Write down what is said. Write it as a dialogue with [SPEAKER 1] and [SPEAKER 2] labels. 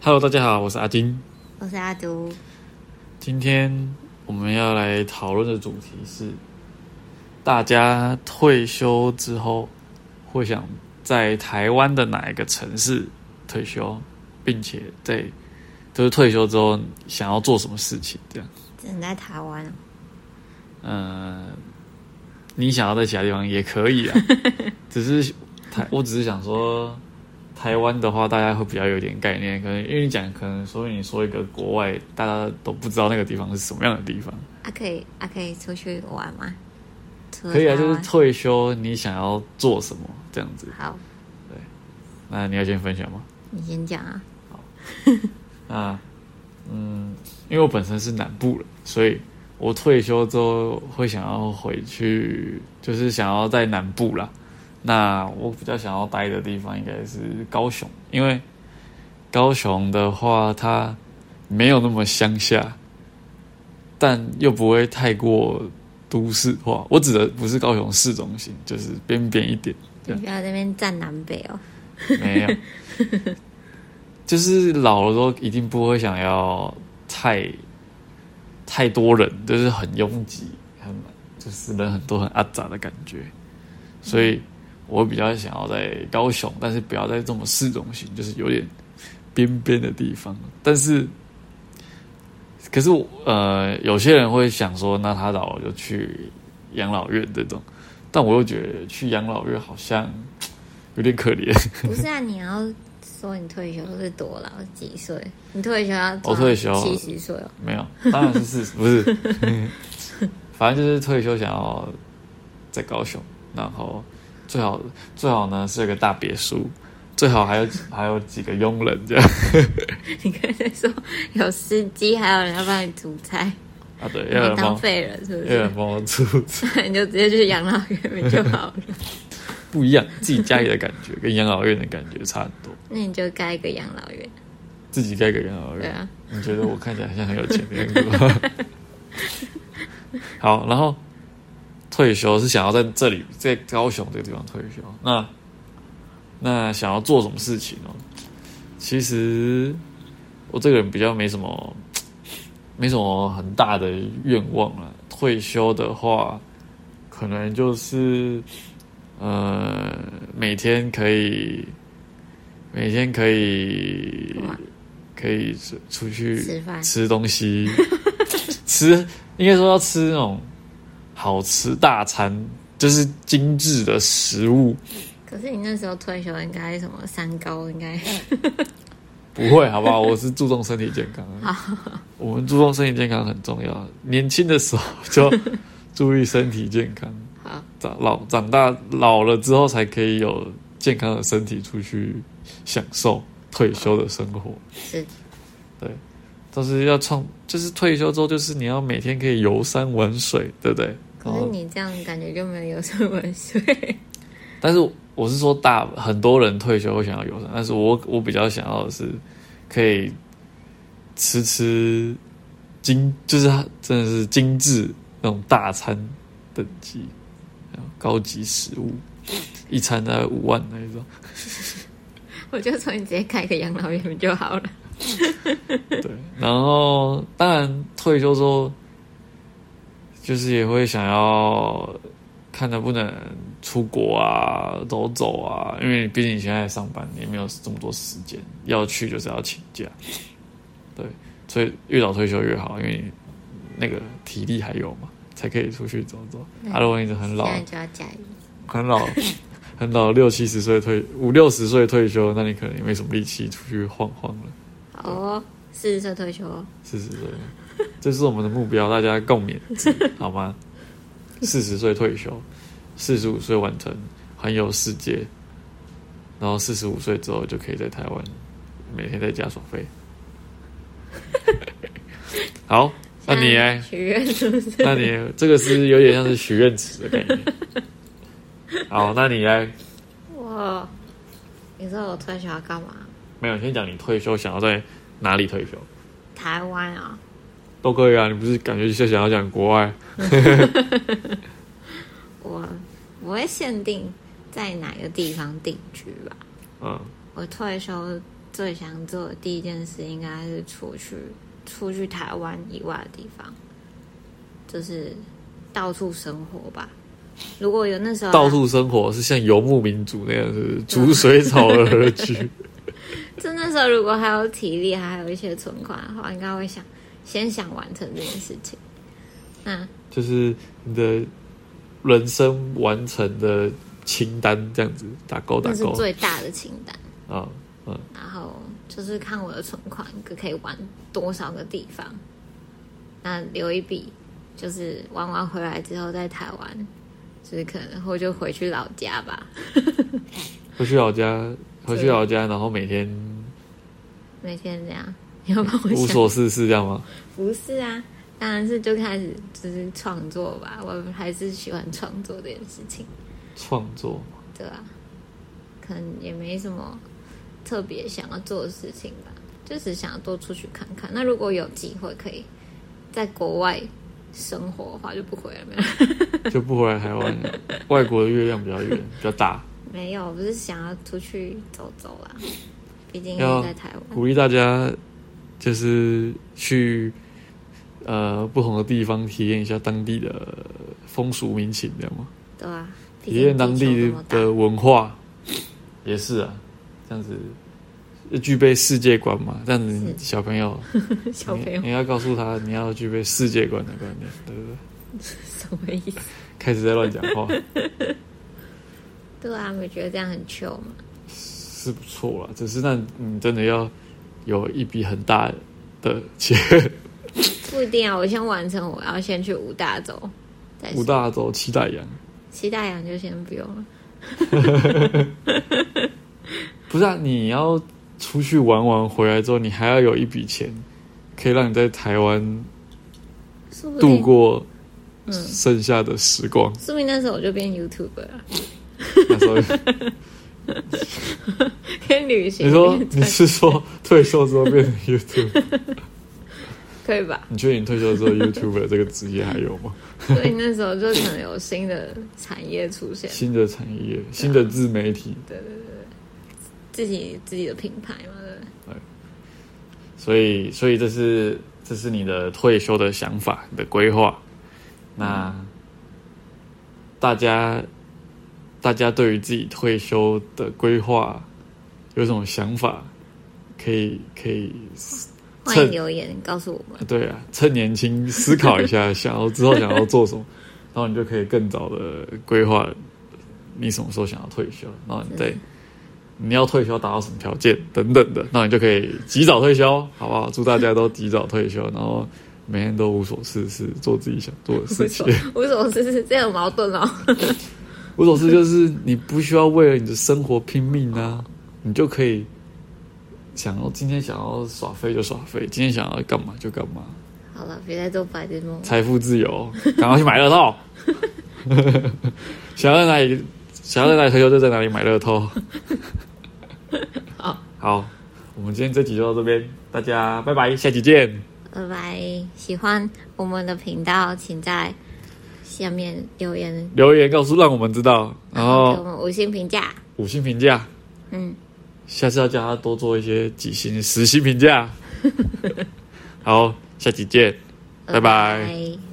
[SPEAKER 1] Hello，大家好，我是阿金。
[SPEAKER 2] 我是阿读，
[SPEAKER 1] 今天我们要来讨论的主题是：大家退休之后会想在台湾的哪一个城市退休，并且在就是退休之后想要做什么事情？这样，
[SPEAKER 2] 只能在台湾哦。
[SPEAKER 1] 嗯、你想要在其他地方也可以 啊，只是台，我只是想说。台湾的话，大家会比较有点概念，可能因为你讲，可能所以你说一个国外，大家都不知道那个地方是什么样的地方。
[SPEAKER 2] 啊，可以啊，可以出去玩吗？除了
[SPEAKER 1] 可以啊，
[SPEAKER 2] 嗯台
[SPEAKER 1] 就是
[SPEAKER 2] 湾
[SPEAKER 1] 退休你想要做什么这样子。
[SPEAKER 2] 好，
[SPEAKER 1] 那你要先分享吗？
[SPEAKER 2] 你先讲啊。
[SPEAKER 1] 啊，嗯，因为我本身是南部人，所以我退休之后会想要回去，就是想要在南部啦。那我比较想要待的地方应该是高雄，因为高雄的话，它没有那么乡下，但又不会太过都市化。我指的不是高雄市中心，就是边边一点。对
[SPEAKER 2] 你不要在那边站南北 哦。
[SPEAKER 1] 没有，就是老了之后一定不会想要太太多人，就是很拥挤，很就是人很多很阿杂的感觉，所以我比较想要在高雄，但是不要在这么市中心，就是有点边边的地方。但是，可是我呃，有些人会想说，那他老了就去养老院这种，但我又觉得去养老院好像有点可怜。
[SPEAKER 2] 不是啊，你要说你退休是多老几岁？你退休要
[SPEAKER 1] 我退休
[SPEAKER 2] 七十岁哦。
[SPEAKER 1] 没有，当然是四 十，不是，反正就是退休想要在高雄，然后最好最好呢是有个大别墅，最好还有 还有几个佣人 这样
[SPEAKER 2] 你刚才说有司机，还有人要帮你煮菜，
[SPEAKER 1] 啊，对，
[SPEAKER 2] 你
[SPEAKER 1] 要有人帮
[SPEAKER 2] 当废人是不
[SPEAKER 1] 要有人
[SPEAKER 2] 是？
[SPEAKER 1] 帮我出，
[SPEAKER 2] 你就直接去养老院就好了。
[SPEAKER 1] 不一样，自己家里的感觉跟养老院的感觉差很多，
[SPEAKER 2] 那你就盖一个养老院，
[SPEAKER 1] 自己盖个养老
[SPEAKER 2] 对
[SPEAKER 1] 院，
[SPEAKER 2] 啊。
[SPEAKER 1] 你觉得我看起来好像很有钱的样子吗？ 好，然后退休是想要在这里，在高雄这个地方退休。那那想要做什么事情呢？其实我这个人比较没什么，没什么很大的愿望了。退休的话，可能就是呃，每天可以，每天可以
[SPEAKER 2] 干嘛，
[SPEAKER 1] 可以出出去
[SPEAKER 2] 吃饭
[SPEAKER 1] 吃东西， 吃应该说要吃那种好吃大餐，就是精致的食物。
[SPEAKER 2] 可是你那时候退休应该什么三高应该
[SPEAKER 1] 不会，好不好？我是注重身体健 康。我们注重身体健康很重要。年轻的时候就注意身体健康，
[SPEAKER 2] 好，
[SPEAKER 1] 长老长大老了之后才可以有健康的身体出去享受退休的生活。
[SPEAKER 2] 是
[SPEAKER 1] 但是要创，就是退休之后，就是你要每天可以游山玩水，对不对？
[SPEAKER 2] 可是你这样感觉就没有什么睡，
[SPEAKER 1] 但是我是说大很多人退休会想要游山，但是我我比较想要的是可以吃吃精，就是真的是精致那种大餐等级，然后高级食物，一餐大概五万那一种。
[SPEAKER 2] 我就说你直接开个养老院就好了。
[SPEAKER 1] 对，然后当然退休之后，就是也会想要看能不能出国啊、走走啊，因为毕竟你现在上班，你没有这么多时间，要去就是要请假。对，所以越早退休越好，因为你那个体力还有嘛，才可以出去走走。
[SPEAKER 2] 对
[SPEAKER 1] 阿如果你很
[SPEAKER 2] 现
[SPEAKER 1] 老，
[SPEAKER 2] 在就要加油，
[SPEAKER 1] 很老 很老，六七十岁退五六十岁退休，那你可能也没什么力气出去晃晃了。
[SPEAKER 2] 好哦，四十岁退休哦，
[SPEAKER 1] 四十岁，这是我们的目标，大家共勉之，好吗？四十岁退休，四十五岁完成环游世界，然后四十五岁之后就可以在台湾每天在家耍废。好，那你
[SPEAKER 2] 现在
[SPEAKER 1] 哎，
[SPEAKER 2] 许愿是不是？
[SPEAKER 1] 那你这个是有点像是许愿池的概念。好，那你来，
[SPEAKER 2] 哇，你说我退休要干嘛？
[SPEAKER 1] 没有先讲你退休想要在哪里退休
[SPEAKER 2] 台湾啊、
[SPEAKER 1] 都可以啊，你不是感觉就想要讲国外？
[SPEAKER 2] 我我会限定在哪个地方定居吧。
[SPEAKER 1] 嗯，
[SPEAKER 2] 我退休最想做的第一件事，应该是出去出去台湾以外的地方，就是到处生活吧。如果有那时候啊
[SPEAKER 1] 到处生活是像游牧民族那样，是不是逐水草而
[SPEAKER 2] 嗯
[SPEAKER 1] 居。
[SPEAKER 2] 就那时候如果还有体力，还有一些存款的话，应该会想先想完成这件事情。那
[SPEAKER 1] 就是你的人生完成的清单这样子，打勾打
[SPEAKER 2] 那是
[SPEAKER 1] 勾
[SPEAKER 2] 最大的清单，
[SPEAKER 1] 啊，嗯，
[SPEAKER 2] 然后就是看我的存款可以玩多少个地方，那留一笔，就是玩完回来之后在台湾，就是可能我就回去老家吧，
[SPEAKER 1] 回去老家，回去
[SPEAKER 2] 对
[SPEAKER 1] 老家，然后每天
[SPEAKER 2] 每天这样。你要帮我
[SPEAKER 1] 无
[SPEAKER 2] 想？
[SPEAKER 1] 所事事这样吗？
[SPEAKER 2] 不是啊，当然是就开始就是创作吧，我还是喜欢创作这件事情。
[SPEAKER 1] 创作
[SPEAKER 2] 对啊，可能也没什么特别想要做的事情吧，就只想要多出去看看。那如果有机会可以在国外生活的话，就不回来没 有？
[SPEAKER 1] 就不回来台 湾了，外国的月亮比较圆，比较大。
[SPEAKER 2] 没有，我不是想要出去走走啦，毕竟
[SPEAKER 1] 要
[SPEAKER 2] 也在台湾。
[SPEAKER 1] 鼓励大家就是去呃不同的地方体验一下当地的风俗民情，这样吗？
[SPEAKER 2] 对啊，毕
[SPEAKER 1] 体
[SPEAKER 2] 竟
[SPEAKER 1] 验当
[SPEAKER 2] 地球这
[SPEAKER 1] 地
[SPEAKER 2] 么大
[SPEAKER 1] 的文化也是啊，这样子具备世界观嘛。这样子
[SPEAKER 2] 是
[SPEAKER 1] 小朋友，
[SPEAKER 2] 小朋
[SPEAKER 1] 你
[SPEAKER 2] 友
[SPEAKER 1] 你要告诉他你要具备世界观的观念，对不对？
[SPEAKER 2] 什么意思？
[SPEAKER 1] 开始在乱讲话
[SPEAKER 2] 对啊，我觉得这样很 chill 嘛。
[SPEAKER 1] 是不错啦，只是那你真的要有一笔很大的 钱。
[SPEAKER 2] 不一定啊，我先完成，我要先去五大洲，再
[SPEAKER 1] 五大洲七大洋，
[SPEAKER 2] 七大洋就先不用了。
[SPEAKER 1] 不是啊？你要出去玩玩回来之后，你还要有一笔钱，可以让你在台湾
[SPEAKER 2] 说不
[SPEAKER 1] 度
[SPEAKER 2] 定，
[SPEAKER 1] 过
[SPEAKER 2] 嗯
[SPEAKER 1] 剩下的时光。
[SPEAKER 2] 说不定那时候我就变 YouTuber 了。
[SPEAKER 1] 那时候。
[SPEAKER 2] 可以旅行，
[SPEAKER 1] 你说你是说退休之后变成 YouTube？
[SPEAKER 2] 可以吧？
[SPEAKER 1] 你确定你退休之后 YouTuber 这个职业还有吗？
[SPEAKER 2] 所以那时候就可能有新的产业出现，
[SPEAKER 1] 新的产业，
[SPEAKER 2] 啊
[SPEAKER 1] 新的自媒体，
[SPEAKER 2] 自己自己的品牌嘛，对不对？
[SPEAKER 1] 所以所以这是这是你的退休的想法你的规划。
[SPEAKER 2] 嗯
[SPEAKER 1] 那大家大家对于自己退休的规划有什么想法？可以可以，
[SPEAKER 2] 欢迎留言告诉我们，
[SPEAKER 1] 对啊，趁年轻思考一 下，想要之后想要做什么，然后你就可以更早的规划你什么时候想要退休，然后你再
[SPEAKER 2] 嗯
[SPEAKER 1] 你要退休达到什么条件等等的，那你就可以及早退休，好不好？祝大家都及早退休，然后每天都无所事事，做自己想做的
[SPEAKER 2] 无
[SPEAKER 1] 事情
[SPEAKER 2] 所。无所事事，这有矛盾哦。
[SPEAKER 1] 无所事就是你不需要为了你的生活拼命啊，你就可以想要今天想要耍飞就耍飞，今天想要干嘛就干嘛，
[SPEAKER 2] 好了，别再做白日梦了，
[SPEAKER 1] 财富自由，赶快去买乐透。 想要在哪里，想要在哪里退休就在哪里买乐透。
[SPEAKER 2] 好，
[SPEAKER 1] 好，我们今天这集就到这边，大家拜拜，下期见。
[SPEAKER 2] 拜拜。喜欢我们的频道，请在下面留言，
[SPEAKER 1] 留言告诉让我们知道，然
[SPEAKER 2] 然后给
[SPEAKER 1] 后
[SPEAKER 2] 我们五星评价。
[SPEAKER 1] 五星评价，
[SPEAKER 2] 嗯，
[SPEAKER 1] 下次要叫他多做一些几星、 十星评价。好，下期见，拜拜
[SPEAKER 2] 拜